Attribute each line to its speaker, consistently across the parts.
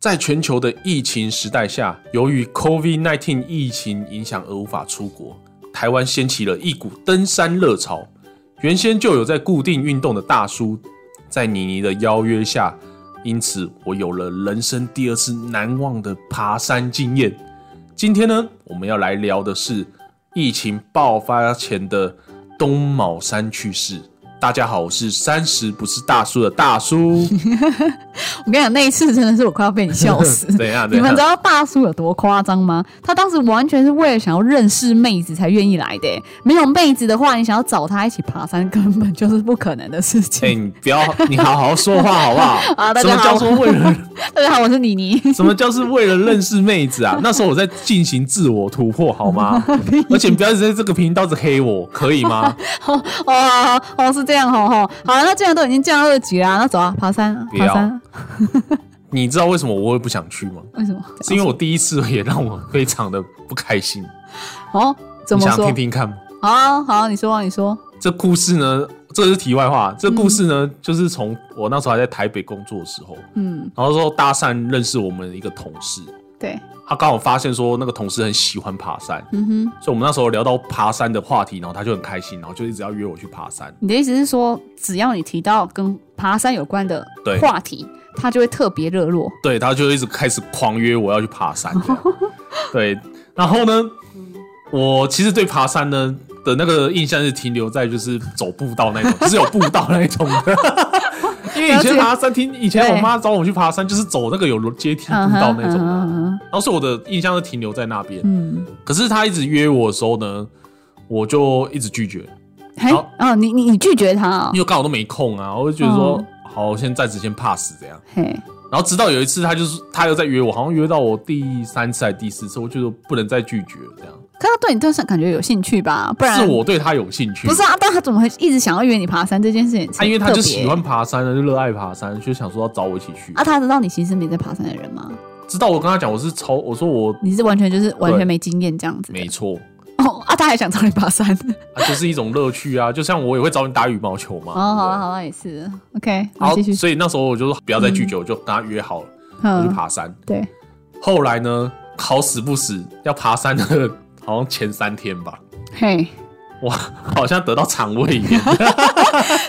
Speaker 1: 在全球的疫情时代下，由于 COVID-19 疫情影响而无法出国，台湾掀起了一股登山热潮。原先就有在固定运动的大叔，在妮妮的邀约下，因此我有了人生第二次难忘的爬山经验。今天呢，我们要来聊的是疫情爆发前的东卯山趣事。大家好，我是三十不是大叔的大叔。
Speaker 2: 我跟你讲，那一次真的是我快要被你 笑死。
Speaker 1: 怎样？
Speaker 2: 你
Speaker 1: 怎
Speaker 2: 们
Speaker 1: 样
Speaker 2: 知道大叔有多夸张吗？他当时完全是为了想要认识妹子才愿意来的欸、没有妹子的话，你想要找他一起爬山，根本就是不可能的事
Speaker 1: 哎、
Speaker 2: 情。
Speaker 1: 你不要，你好好说话好不好？
Speaker 2: 啊大
Speaker 1: 哎什
Speaker 2: 家
Speaker 1: 么
Speaker 2: 好
Speaker 1: 叫做为了？
Speaker 2: 大家好，我是妮妮。
Speaker 1: 什么叫是为了认识妹子啊？那时候我在进行自我突破，好吗？ 而且你不要一直在这个频道子黑我，可以吗？
Speaker 2: 哦哦哦，是这样，吼吼。好了，那既然都已经降二级啦，那走啊，爬山啊，
Speaker 1: 不
Speaker 2: 爬
Speaker 1: 要
Speaker 2: 山啊。
Speaker 1: 你知道为什么我会不想去吗？
Speaker 2: 为什么？
Speaker 1: 是因为我第一次也让我非常的不开心。
Speaker 2: 哦，怎
Speaker 1: 你
Speaker 2: 么
Speaker 1: 想
Speaker 2: 说
Speaker 1: 听？听看吗？
Speaker 2: 好啊好啊，你说啊，你说。
Speaker 1: 这故事呢，这是题外话。这故事呢，就是从我那时候还在台北工作的时候，
Speaker 2: 嗯，
Speaker 1: 然后说搭讪认识我们一个同事，
Speaker 2: 对，
Speaker 1: 他刚好发现说那个同事很喜欢爬山，
Speaker 2: 嗯哼。
Speaker 1: 所以我们那时候聊到爬山的话题，然后他就很开心，然后就一直要约我去爬山。
Speaker 2: 你的意思是说，只要你提到跟爬山有关的
Speaker 1: 对
Speaker 2: 话题，他就会特别热络。
Speaker 1: 对，他就一直开始狂约我要去爬山这 样。对，然后呢，
Speaker 2: 嗯
Speaker 1: 我其实对爬山呢的那个印象是停留在就是走步道那种， 就是有步道那一种的。因为以前爬山，听以前我妈找我去爬山，就是走那个有阶梯步道那种的，
Speaker 2: 嗯
Speaker 1: 然后所以我的印象就停留在那边。
Speaker 2: 嗯，
Speaker 1: 可是他一直约我的时候呢，我就一直拒绝，
Speaker 2: 还
Speaker 1: 好
Speaker 2: 哦，你你你拒绝他啊、
Speaker 1: 因为刚好都没空啊，我就觉得说
Speaker 2: 嗯，
Speaker 1: 好，先暂时先 pass 这样。
Speaker 2: 嘿，
Speaker 1: 然后直到有一次，他就是他又在约我，好像约到我第三次还是第四次，我觉得不能再拒绝了这样。
Speaker 2: 可他对你登山感觉有兴趣吧？不然
Speaker 1: 是我对他有兴趣，啊
Speaker 2: 不是啊？但他怎么会一直想要约你爬山这件事情？
Speaker 1: 他、因为他
Speaker 2: 特
Speaker 1: 就
Speaker 2: 别
Speaker 1: 喜欢爬山，就热爱爬山，就想说要找我一起去。
Speaker 2: 啊。他知道你其实没在爬山的人吗？
Speaker 1: 直到我跟他讲我是超，我说我
Speaker 2: 你是完全就是完全没经验这样子的
Speaker 1: 没错
Speaker 2: 哦啊！他还想找你爬山
Speaker 1: 啊，就是一种乐趣啊，就像我也会找你打羽毛球嘛。
Speaker 2: 哦，好了
Speaker 1: 对
Speaker 2: 好了，也是 OK，
Speaker 1: 不对
Speaker 2: 我继
Speaker 1: 好，
Speaker 2: 续
Speaker 1: 所以那时候我就说不要再拒绝，我就跟他约好了，我去
Speaker 2: 嗯，
Speaker 1: 爬山。
Speaker 2: 对，
Speaker 1: 后来呢，好死不死要爬山的，好像前三天吧，
Speaker 2: 嘿，
Speaker 1: 哇， 好像得到肠胃炎。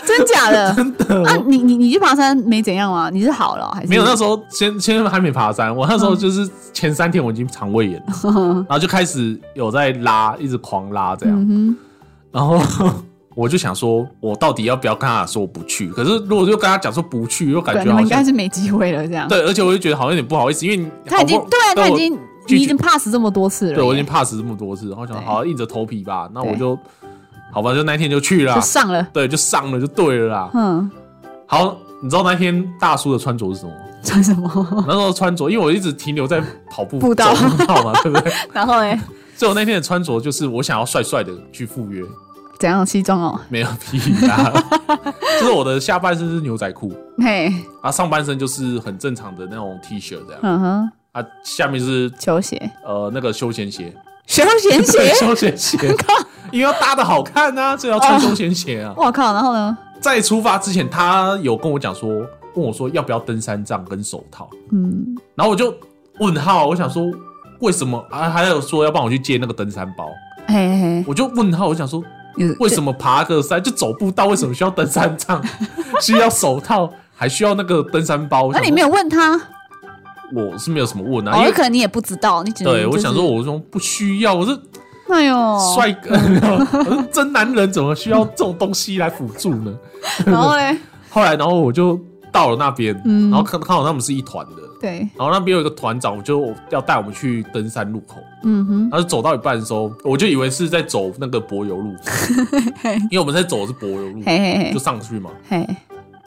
Speaker 2: 真 假的？真的啊？你你你去爬山没怎样吗？你是好了哦还是
Speaker 1: 没有，那时候先先还没爬山，我那时候就是前三天我已经肠胃炎了，然后就开始有在拉，一直狂拉这样，
Speaker 2: 嗯嗯
Speaker 1: 然后 我就想说，我到底要不要跟他说不去？可是如果就跟他讲说不去，又
Speaker 2: 哼，
Speaker 1: 感
Speaker 2: 对，
Speaker 1: 觉
Speaker 2: 你们
Speaker 1: 好
Speaker 2: 应该
Speaker 1: 像
Speaker 2: 是没机会了这样。
Speaker 1: 对，而且我就觉得好像有点不好意思，因为你
Speaker 2: 他已经
Speaker 1: 好不
Speaker 2: 对啊，
Speaker 1: 对
Speaker 2: 他已
Speaker 1: 我
Speaker 2: 经
Speaker 1: 拒
Speaker 2: 你
Speaker 1: 绝
Speaker 2: 已经 pass 这么多次了耶，
Speaker 1: 对我已经 pass 这么多次，然后想
Speaker 2: 对
Speaker 1: 好硬着头皮吧，那我
Speaker 2: 对
Speaker 1: 就好吧，就那天就去啦
Speaker 2: 就，上了，
Speaker 1: 对，就上了就对了啦。
Speaker 2: 嗯，
Speaker 1: 好，你知道那天大叔的穿着是什么吗？
Speaker 2: 穿什么？
Speaker 1: 那时候穿着，因为我一直停留在跑步
Speaker 2: 步道
Speaker 1: 走步道嘛，对不 对？
Speaker 2: 然后嘞，
Speaker 1: 所以我那天的穿着就是我想要帅帅的去赴约，
Speaker 2: 怎样西装哦？
Speaker 1: 没有屁啦， 就是我的下半身是牛仔裤，
Speaker 2: 嘿，
Speaker 1: 啊上半身就是很正常的那种 T 恤这样，
Speaker 2: 嗯哼，
Speaker 1: 啊下面是
Speaker 2: 球鞋，
Speaker 1: 呃那个休闲鞋，
Speaker 2: 休闲
Speaker 1: 对
Speaker 2: 鞋，
Speaker 1: 休闲 鞋，因为要搭的好看啊，所以要
Speaker 2: 哦
Speaker 1: 穿休闲鞋啊。
Speaker 2: 我靠！然后呢？
Speaker 1: 在出发之前，他有跟我讲说，问我说要不要登山杖跟手套，
Speaker 2: 嗯，
Speaker 1: 然后我就问号，我想说为什么啊？还有说要帮我去借那个登山包，
Speaker 2: 嘿嘿，
Speaker 1: 我就问号，我想说
Speaker 2: 有
Speaker 1: 为什么爬个山就走步道，为什么需要登山杖， 需要手套，还需要那个登山包？我
Speaker 2: 那
Speaker 1: 想
Speaker 2: 啊你
Speaker 1: 说
Speaker 2: 没有问他？
Speaker 1: 我是没有什么问啊，啊因
Speaker 2: 哦，
Speaker 1: 为
Speaker 2: 可能你也不知道，你只能
Speaker 1: 对我
Speaker 2: 就是
Speaker 1: 想说，，我说不需要，我是
Speaker 2: 哎呦，
Speaker 1: 帅哥，我是真男人怎么需要这种东西来辅助呢？
Speaker 2: 然后嘞，
Speaker 1: 后来，然后我就到了那边，
Speaker 2: 嗯
Speaker 1: 然后看看好他们是一团的，
Speaker 2: 对，
Speaker 1: 然后那边有一个团长，我就要带我们去登山路口。
Speaker 2: 嗯哼，
Speaker 1: 然后走到一半的时候，我就以为是在走那个柏油 路，因为我们在走的是柏油路，
Speaker 2: 嘿嘿
Speaker 1: 就上去嘛。
Speaker 2: 嘿，嘿，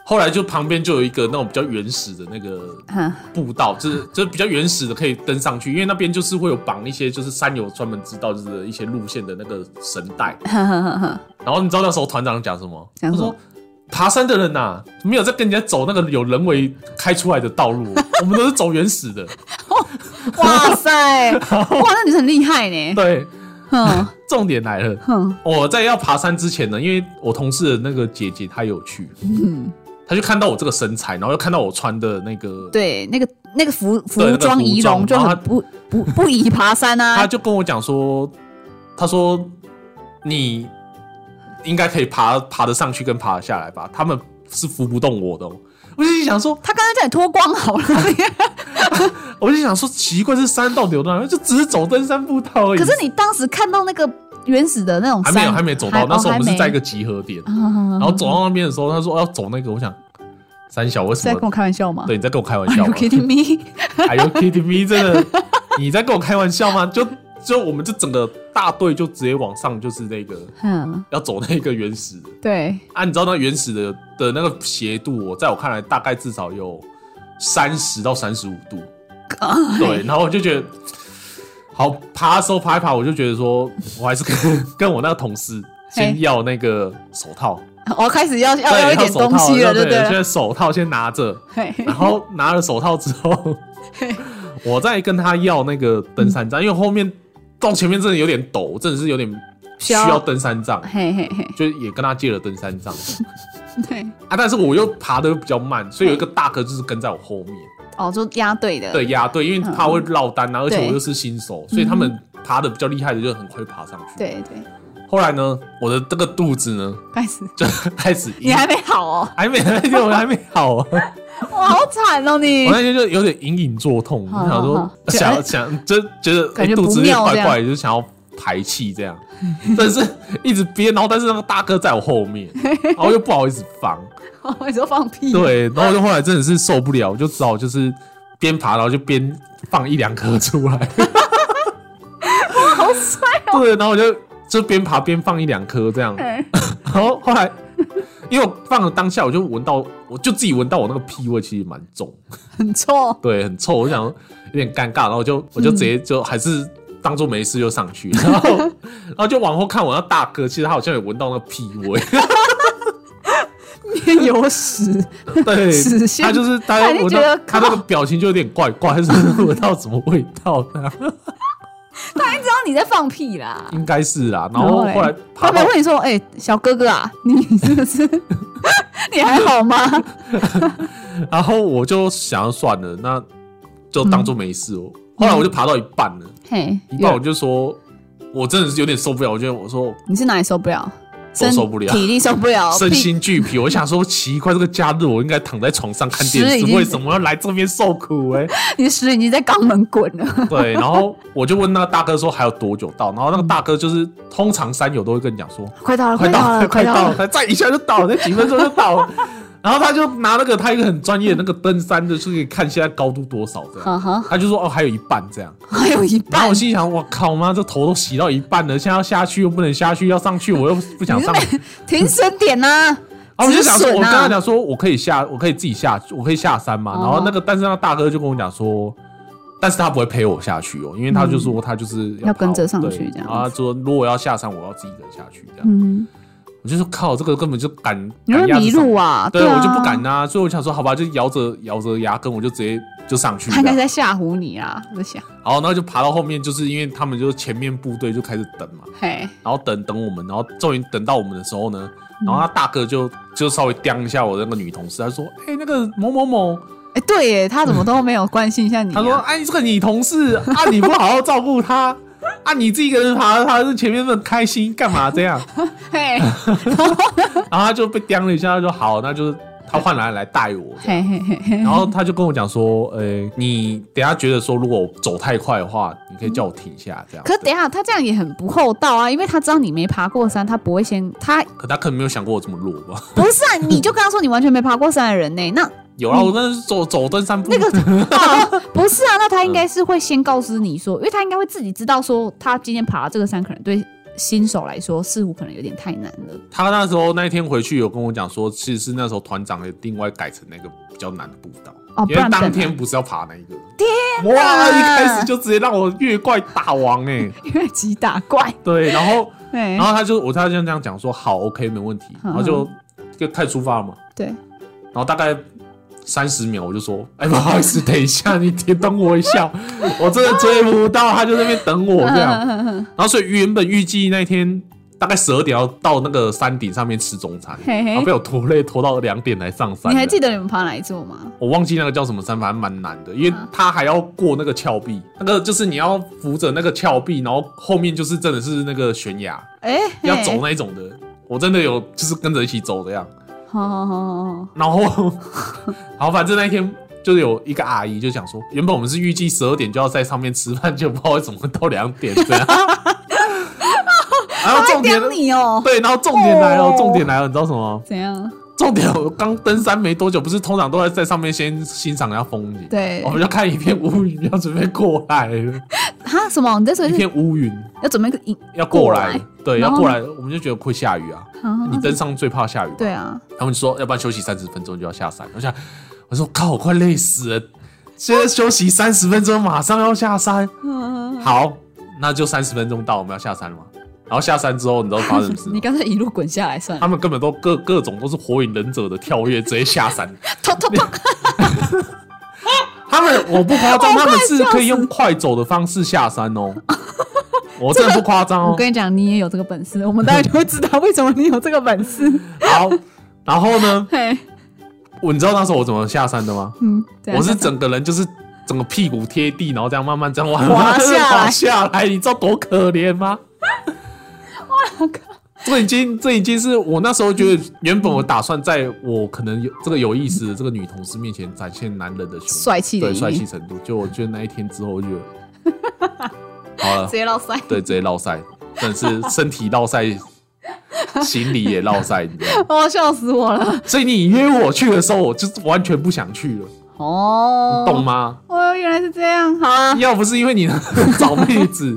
Speaker 1: 后来就旁边就有一个那种比较原始的那个
Speaker 2: 哈，
Speaker 1: 步道，就是就是比较原始的可以登上去，因为那边就是会有绑一些就是山友专门知道就是一些路线的那个绳带。
Speaker 2: 哈哈哈哈，
Speaker 1: 然后你知道那时候团长讲什么？
Speaker 2: 讲
Speaker 1: 他
Speaker 2: 什么
Speaker 1: 说。爬山的人呐、没有在跟人家走那个有人为开出来的道路，哦我们都是走原始 的。
Speaker 2: 哇塞，哇，那你是很厉害呢，
Speaker 1: 对，
Speaker 2: 哼
Speaker 1: 重点来了，
Speaker 2: 哼，
Speaker 1: 我在要爬山之前呢，因为我同事的那个姐
Speaker 2: 嗯
Speaker 1: 姐她有去，她就看到我这个身材，然后又看到我穿的那个
Speaker 2: 对，那个那个服
Speaker 1: 对那
Speaker 2: 服
Speaker 1: 个
Speaker 2: 装
Speaker 1: 服
Speaker 2: 仪
Speaker 1: 装
Speaker 2: 容就
Speaker 1: 然后
Speaker 2: 很
Speaker 1: 他
Speaker 2: 不不不宜爬山
Speaker 1: 他
Speaker 2: 啊。
Speaker 1: 就跟我讲说，他说你应该可以爬爬得上去跟爬得下来吧，他们是扶不动我的、哦。我就心想说，
Speaker 2: 他刚才叫你脱光 好了，
Speaker 1: 我就想说，奇怪，这山到底有多难？就只是走登山步道而已。
Speaker 2: 可是你当时看到那个原始的那种
Speaker 1: 还
Speaker 2: 山，
Speaker 1: 没有，还没走到。
Speaker 2: 还
Speaker 1: 那时候我们是在一，
Speaker 2: 哦
Speaker 1: 个集合点，
Speaker 2: 还没啊
Speaker 1: 然后走到那边的时候，他说要走那个，我想三小为
Speaker 2: 是在
Speaker 1: 什
Speaker 2: 跟
Speaker 1: 么
Speaker 2: 我？开玩笑吗？
Speaker 1: 对，你在跟我开玩
Speaker 2: a r
Speaker 1: 笑
Speaker 2: e you
Speaker 1: 吗
Speaker 2: kidding me？
Speaker 1: ？Are you kidding me？真的，你在跟我开玩笑吗？就就我们就整个大队就直接往上，就是那个
Speaker 2: 嗯，
Speaker 1: 要走那个原始的
Speaker 2: 对，
Speaker 1: 啊，你知道那原始的的那个斜度，哦我在我看来大概至少有三十到三十五 度，
Speaker 2: 哦
Speaker 1: 对，然后我就觉得。好爬的时候爬一爬，我就觉得说，我还是跟 跟我那个同事先
Speaker 2: 嘿
Speaker 1: 要那个手套，
Speaker 2: 我哦开始要要
Speaker 1: 对
Speaker 2: 要一点
Speaker 1: 手套
Speaker 2: 东西了，
Speaker 1: 对
Speaker 2: 对不对
Speaker 1: 现
Speaker 2: 了？
Speaker 1: 在手套先拿着，
Speaker 2: 嘿
Speaker 1: 然后拿了手套之后
Speaker 2: 嘿，
Speaker 1: 我再跟他要那个登山
Speaker 2: 嗯
Speaker 1: 杖，因为后面到前面真的有点陡，真的是有点需
Speaker 2: 需要
Speaker 1: 要登山杖，
Speaker 2: 嘿嘿嘿，
Speaker 1: 就也跟他借了登山杖
Speaker 2: 对，
Speaker 1: 啊。但是我又爬的比较慢，所以有一个大哥就是跟在我后面，
Speaker 2: 哦，就压对的，
Speaker 1: 对压队，因为怕会落单啊，而且
Speaker 2: 嗯对
Speaker 1: 我又是新手，所以他们爬的比较厉害的就很快爬上去。
Speaker 2: 对对，
Speaker 1: 后来呢，我的这个肚子呢
Speaker 2: 开始，
Speaker 1: 就开始隐
Speaker 2: 你还没好哦，
Speaker 1: 还没，我还没好啊。
Speaker 2: 哇，好惨哦你
Speaker 1: 我， 那天就有点隐隐作痛，
Speaker 2: 好
Speaker 1: 我想
Speaker 2: 好
Speaker 1: 说
Speaker 2: 好
Speaker 1: 想想就觉得
Speaker 2: 感
Speaker 1: 哎
Speaker 2: 觉
Speaker 1: 肚子
Speaker 2: 不
Speaker 1: 有点
Speaker 2: 妙这
Speaker 1: 怪
Speaker 2: 样
Speaker 1: 怪，的，就想要排气这样，但是一直憋，然后但是那个大哥在我后面，然后又不好意思放，
Speaker 2: 我哦说放屁，，
Speaker 1: 对，然后就后来真的是受不了，我就只好就是边爬，然后就边放一两颗出来， 哇，好帅哦！对，然后我就就边爬边放一两颗这样，
Speaker 2: 哎，
Speaker 1: 然后后来因为我放了当下，我就闻到，我就自己闻到我那个屁味其实蛮重。
Speaker 2: 很臭，
Speaker 1: 对，很臭，我想有点尴尬，然后我就我就直接就还是当做没事就上去，然后然后就往后看我那大哥，其实他好像也闻到那个屁味，
Speaker 2: 面有 屎，死
Speaker 1: 对，
Speaker 2: 性
Speaker 1: 他就是他
Speaker 2: 他已经
Speaker 1: 闻
Speaker 2: 觉
Speaker 1: 到
Speaker 2: 得
Speaker 1: 他那个表情就有点怪怪，是 闻到什么味道呢？
Speaker 2: 他知道你在放屁啦。
Speaker 1: 应该是啦，然
Speaker 2: 然
Speaker 1: 后
Speaker 2: 后
Speaker 1: 后
Speaker 2: 嘞
Speaker 1: 来爬
Speaker 2: 他
Speaker 1: 到
Speaker 2: 们问你说：“哎、小哥哥啊， 你是不是你还好吗
Speaker 1: 然后我就想要算了，那就当做没事哦。后来我就爬到一半了，？”
Speaker 2: 嘿，
Speaker 1: 一半我就说。我真的是有点受不了，我觉得我说
Speaker 2: 你是哪里受不了？
Speaker 1: 都
Speaker 2: 身
Speaker 1: 受不了
Speaker 2: 体力受不了，
Speaker 1: 身
Speaker 2: 哦屁
Speaker 1: 心俱疲。我想说，奇怪，这个假日我应该躺在床上看电
Speaker 2: 是已
Speaker 1: 视，
Speaker 2: 经
Speaker 1: 为什么要来这边受苦、 欸？哎，
Speaker 2: 你的屎已经在肛门滚了。
Speaker 1: 对。然后我就问那个大哥说还有多久到，然后那个大哥就是通常山友都会跟你讲说，
Speaker 2: 啊快到了，
Speaker 1: 快
Speaker 2: 到
Speaker 1: 到
Speaker 2: 了，
Speaker 1: 了， 快
Speaker 2: 到
Speaker 1: 到！了，再一下就到了，再几分钟就到了。 然后他就拿那个他一个很专业的那个登山的，就是可以看现在高度多少这样。
Speaker 2: 哈哈，
Speaker 1: 他就说哦，还有一半这样。
Speaker 2: 还有一
Speaker 1: 然后
Speaker 2: 半
Speaker 1: 我。心想，我靠妈，这头都洗到一半了，现在要下去又不能下去，要上去我又不想
Speaker 2: 你是
Speaker 1: 上
Speaker 2: 没停损点呐、
Speaker 1: 啊，我就想说，
Speaker 2: 止
Speaker 1: 我
Speaker 2: 损
Speaker 1: 跟
Speaker 2: 啊
Speaker 1: 他讲说，我可以下，我可以自己下，我可以下山嘛。
Speaker 2: 哦
Speaker 1: 然后那个，但是那大哥就跟我讲说，但是他不会陪我下去哦，因为他就说他就是
Speaker 2: 嗯要
Speaker 1: 爬
Speaker 2: 跟着上
Speaker 1: 对
Speaker 2: 去这样
Speaker 1: 然后他说，如果要下山，我要自己一个人下去这样。
Speaker 2: 嗯，
Speaker 1: 我就说靠，这个根本就敢，
Speaker 2: 你会
Speaker 1: 赶鸭子
Speaker 2: 迷
Speaker 1: 上
Speaker 2: 路啊？
Speaker 1: 对
Speaker 2: 啊，
Speaker 1: 我就不敢。呐、所以我想说，好吧，就咬着咬着牙根，我就直接就上去
Speaker 2: 他
Speaker 1: 这
Speaker 2: 应该
Speaker 1: 样。
Speaker 2: 在吓唬你啊！我在想，
Speaker 1: 好，然后就爬到后面，就是因为他们就前面部队就开始等嘛，
Speaker 2: 嘿，
Speaker 1: 然后等等我们，然后终于等到我们的时候呢，
Speaker 2: 嗯
Speaker 1: 然后他大哥就就稍微刁一下我那个女同事，他说：“哎、那个某某某，
Speaker 2: 哎、对耶，他怎么都没有关心一下你、啊？
Speaker 1: 他说，哎、这个你同事啊，你不好好照顾他 啊，你自己一个人爬，他是前面那么开心干嘛这 样？
Speaker 2: 嘿，
Speaker 1: 然后他就被刁了一下，他说好，那就是他换来来带 我。”
Speaker 2: 嘿嘿嘿嘿，
Speaker 1: 然后他就跟我讲说，呃、你等一下觉得说，如果我走太快的话，你可以叫我停下这样。
Speaker 2: 可等一下，他这样也很不厚道啊，因为他知道你没爬过山，他不会先他
Speaker 1: 可他可能没有想过我这么弱吧？
Speaker 2: 不是啊，你就跟他说你完全没爬过山的人呢、那
Speaker 1: 有啊，我那是走走登山步，
Speaker 2: 那个、 啊、不是啊，那他应该是会先告知你说，因为他应该会自己知道说，他今天爬这个山可能对新手来说似乎可能有点太难了。
Speaker 1: 他那时候那一天回去有跟我讲说，其实是那时候团长也另外改成那个比较难的步道，
Speaker 2: 哦，不
Speaker 1: 因为
Speaker 2: 然
Speaker 1: 当
Speaker 2: 本
Speaker 1: 天不是要爬那一个。天哇！一开始就直接让我越怪大王哎、
Speaker 2: 越级打怪，
Speaker 1: 对，然后
Speaker 2: 对哦
Speaker 1: 然后他就我他就这样讲说好 OK 没问题，
Speaker 2: 哎
Speaker 1: 然
Speaker 2: 嗯
Speaker 1: 后就就开始出发了嘛，
Speaker 2: 对，
Speaker 1: 然后大概。三十秒，我就说，哎、不好意思，等一下，你等我一 下，
Speaker 2: 啊嗯
Speaker 1: 我真的追不到，他就在那边等我这样。然后，所以原本预计那天大概十二点要到那个山顶上面吃中餐，
Speaker 2: 嘿嘿
Speaker 1: 然后被我拖累拖到两点来上山。
Speaker 2: 你还记？得你们爬哪一座吗？
Speaker 1: 我忘记那个叫什么山，反正蛮难的，因
Speaker 2: 嗯
Speaker 1: 为它还要过那个峭壁，那个就是你要扶着那个峭壁，然后后面就是真的是那个悬崖，
Speaker 2: 哎、
Speaker 1: 要
Speaker 2: 嘿
Speaker 1: 走，那一种的。我真的有就是跟着一起走这样，
Speaker 2: 好好好好好，
Speaker 1: 然 后好，反正那天。就是有一个阿姨就想说，原本我们是预计十二点就要在上面吃饭，就不知道为什么到两点这 样。然后重点
Speaker 2: 刁你哦、
Speaker 1: 对，然后重点来了
Speaker 2: 哦，
Speaker 1: 重点来了，你知道什么？
Speaker 2: 怎样？
Speaker 1: 重点我刚登山没多久，不是通常都会在上面先欣赏一下风景。
Speaker 2: 对
Speaker 1: 我们就看一片乌云要准备过来了，
Speaker 2: 哈什么？你在说
Speaker 1: 一
Speaker 2: 是
Speaker 1: 片乌云
Speaker 2: 要准备个营？
Speaker 1: 要过
Speaker 2: 过
Speaker 1: 来
Speaker 2: 来，
Speaker 1: 对，
Speaker 2: 然
Speaker 1: 要
Speaker 2: 后
Speaker 1: 过来，我们就觉得会下雨啊。
Speaker 2: 啊
Speaker 1: 你登山最怕下雨嘛，
Speaker 2: 对啊，
Speaker 1: 他们就说要不然休息三十分钟就要下山。我想，我说靠，我快累死了，现在休息三十分钟，马上要下山。
Speaker 2: 嗯
Speaker 1: 好，那就三十分钟到，我们要下山了嘛。然后下山之后，你知道发生什么事吗
Speaker 2: 你？刚才一路滚下来算了
Speaker 1: 他，们根本都各各种都是火影忍者的跳跃，直接下山。
Speaker 2: 突突突！
Speaker 1: 他们我不夸张，
Speaker 2: 我
Speaker 1: 他
Speaker 2: 快
Speaker 1: 们是可以用快走的方式下山 哦。我真的不夸张
Speaker 2: 我
Speaker 1: 哦。
Speaker 2: 跟你讲，你也有这个本事，我们大家就会知道为什么你有这个本事。
Speaker 1: 好，然后呢，
Speaker 2: 嘿，
Speaker 1: 我你知道那时候我怎么下山的吗？
Speaker 2: 嗯，怎样
Speaker 1: 我是整个人就是整个屁股贴地，然后这样慢慢这样往
Speaker 2: 滑下来
Speaker 1: 滑下来，你知道多可怜吗？这已经，这已经是我那时候觉得，原本我打算在我可能有这个有意思的这个女同事面前展现男人的雄
Speaker 2: 帅气的
Speaker 1: 对
Speaker 2: 一
Speaker 1: 帅气
Speaker 2: 面，
Speaker 1: 程度。就我觉得那一天之后，我就觉得好了
Speaker 2: 直，接落塞。
Speaker 1: 对，直接落晒，真的是身体落晒，行李也落晒，你知道吗？
Speaker 2: 哦，笑死 我了！
Speaker 1: 所以你约我去的时候，我就是完全不想去了，
Speaker 2: 哦，
Speaker 1: 懂吗？
Speaker 2: 哦，原来是这样，好啊，
Speaker 1: 要不是因为你 找妹子，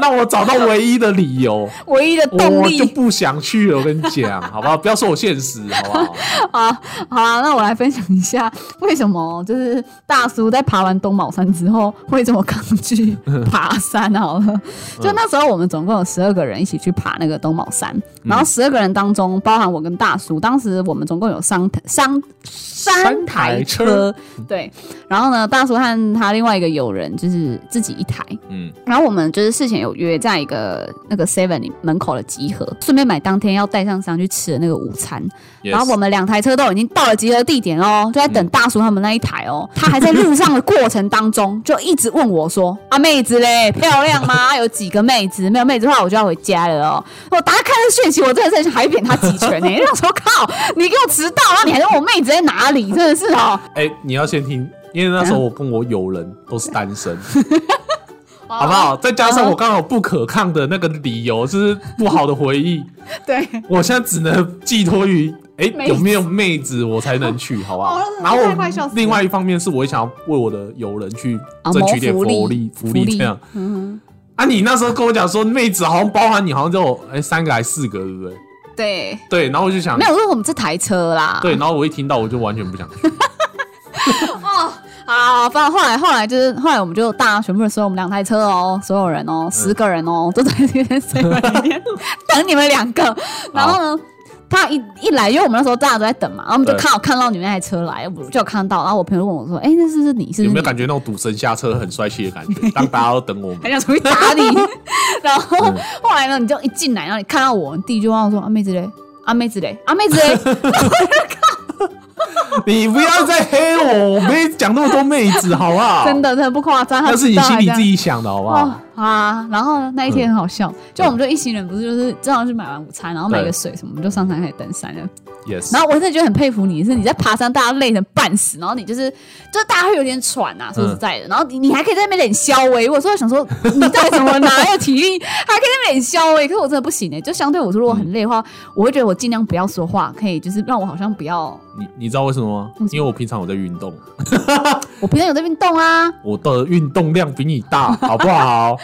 Speaker 1: 让我找到唯一的理由，
Speaker 2: 唯一的动
Speaker 1: 我
Speaker 2: 力
Speaker 1: 就不想去了。我跟你讲，好不好？不要说我现实，好不好？
Speaker 2: 好，好啊，那我来分享一下 为什么就是大叔在爬完东卯山之后会这么抗 拒
Speaker 1: 嗯
Speaker 2: 爬山。好了，就那时候我们总共有十二个人一起去爬那个东卯山，
Speaker 1: 嗯
Speaker 2: 然后十二个人当中包含我跟大叔，当时我们总共有三三三台
Speaker 1: 台车
Speaker 2: 车，对。然后呢，大叔和他另外一个友人就是自己一台，
Speaker 1: 嗯，
Speaker 2: 然后我们就是事前有约在一个那个 Seven 里门口的集合，顺便买当天要带上山去吃的那个午餐。然后我
Speaker 1: 们
Speaker 2: 们两台车都已经到了集合地点哦，就在等大叔他们那一台哦。他还在路上的过程当中，就一直问我说：“啊，妹子嘞，漂亮吗？ 有几个妹子？没有妹子的话，我就要回家了哦。”我打开了讯息，我真的是很想还扁他几拳呢、欸。那时候靠，你给我迟到，然后你还问我妹子在哪里，真的是哦。
Speaker 1: 哎、你要先听，因为那时候我跟我友人都是单 身，好不好？再加上我刚好不可抗的那个理由，就是不好的回忆，
Speaker 2: 对，
Speaker 1: 我现在只能寄托于。哎、
Speaker 2: 妹子
Speaker 1: 有没有妹子我才能去，好不好
Speaker 2: 哦那？
Speaker 1: 然后
Speaker 2: 太快笑死
Speaker 1: 我
Speaker 2: 了
Speaker 1: 另外一方面是我也想要为我的友人去
Speaker 2: 啊
Speaker 1: 争
Speaker 2: 谋
Speaker 1: 取点
Speaker 2: 福
Speaker 1: 福利
Speaker 2: 利，
Speaker 1: 福利
Speaker 2: 福利嗯
Speaker 1: 这样。啊，你那时候跟我讲说妹子好像包含你好像就哎、三个还是四个，对不对？
Speaker 2: 对，
Speaker 1: 对，然后我就想
Speaker 2: 没，有，说我们这台车啦。
Speaker 1: 对，然后我一听到我就完全不想去。
Speaker 2: 哦，啊，反正后来后来就是后来我们就大家全部的所有我们两台车哦，所有人
Speaker 1: 嗯
Speaker 2: 哦，十个人哦， 都在那边 s e 里面等你们两个。然后呢，他一一来，因为我们那时候大家都在等嘛，然后我们就
Speaker 1: 对
Speaker 2: 看我看到你们那台车来，我就有看到，然后我朋友问我说：“哎、那是不是你？是不是
Speaker 1: 有
Speaker 2: 你
Speaker 1: 没有感觉那种赌神下车很帅气的感觉？当大家都等我们，
Speaker 2: 很想出去打你。 然后后来呢，你就一进来，然后你看到我，你第一句话说：“啊妹子嘞，啊妹子嘞，啊妹子嘞。
Speaker 1: 你不要再黑我，我没讲那么多妹子，好不” 好？
Speaker 2: 真，的真的不夸张，他
Speaker 1: 那是你
Speaker 2: 知道
Speaker 1: 心
Speaker 2: 还
Speaker 1: 里
Speaker 2: 这样
Speaker 1: 自己想的，好嗯不
Speaker 2: 哦
Speaker 1: 好？
Speaker 2: 啊，然后呢那一天很好笑，就我们就一行人不是就是正好去买完午餐，然后买
Speaker 1: 对
Speaker 2: 个水什么，我们就上山开始登山了。
Speaker 1: Yes，
Speaker 2: 然后我真的觉得很佩服你，是你在爬山，大家累成半死，然后你就是就是大家会有点喘
Speaker 1: 嗯
Speaker 2: 啊，说实在的，然后你你还可以在那边脸消微，我说想说你到底怎么哪有体力，还可以在那边脸消微，可是我真的不行哎、就相对我说如果很累的话，
Speaker 1: 嗯
Speaker 2: 我会觉得我尽量不要说话，可以就是让我好像不要，
Speaker 1: 你你知道为什么吗？因为我平常我在运动，
Speaker 2: 我平常有在运动啊，
Speaker 1: 我的运动量比你 大，好不好？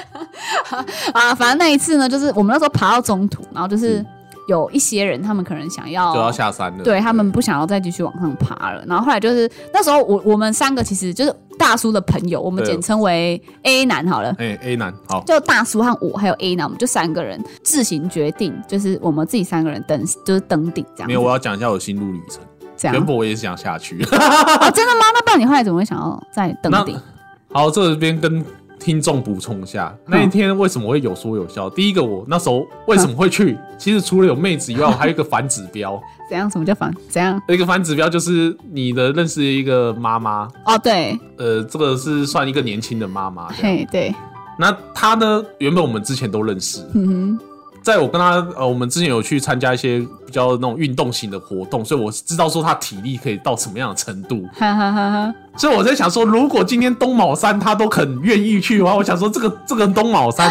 Speaker 2: 啊，反正那一次呢，就是我们那时候爬到中途，然后就是有一些人，他们可能想要
Speaker 1: 嗯就要下山了。
Speaker 2: 哦对他们不想要再继续往上爬了。然后后来就是那时候我我们三个其实就是大叔的朋友，我们
Speaker 1: 对
Speaker 2: 简称为 A 男好了。
Speaker 1: 哎 A 男，好，
Speaker 2: 就大叔和我还有 A 男，我们就三个人自行决定，就是我们自己三个人登，就是登顶这样子。
Speaker 1: 没有，我要讲一下我心路旅程。
Speaker 2: 这样
Speaker 1: 原本我也是想下去，
Speaker 2: 哦，真的吗？那不然你后来怎么会想要再登
Speaker 1: 那
Speaker 2: 顶？
Speaker 1: 好，这边跟听众补充一下，
Speaker 2: 嗯
Speaker 1: 那一天为什么会有说有笑？第一个，我那时候为什么会 去？其实除了有妹子以外，我还有一个反指标。
Speaker 2: 怎样？什么叫反？怎样？
Speaker 1: 一个反指标就是你的认识一个妈妈，
Speaker 2: 哦，对，
Speaker 1: 呃，这个是算一个年轻的妈妈。
Speaker 2: 嘿，对，
Speaker 1: 那她呢，原本我们之前都认识。
Speaker 2: 嗯
Speaker 1: 在我跟她呃，我们之前有去参加一些比较那种运动型的活动，所以我知道说她体力可以到什么样的程度。
Speaker 2: 哼，哈哈哈哈，
Speaker 1: 所以我在想说，如果今天东卯山他都肯愿意去的话，我想说这个这个东卯 山，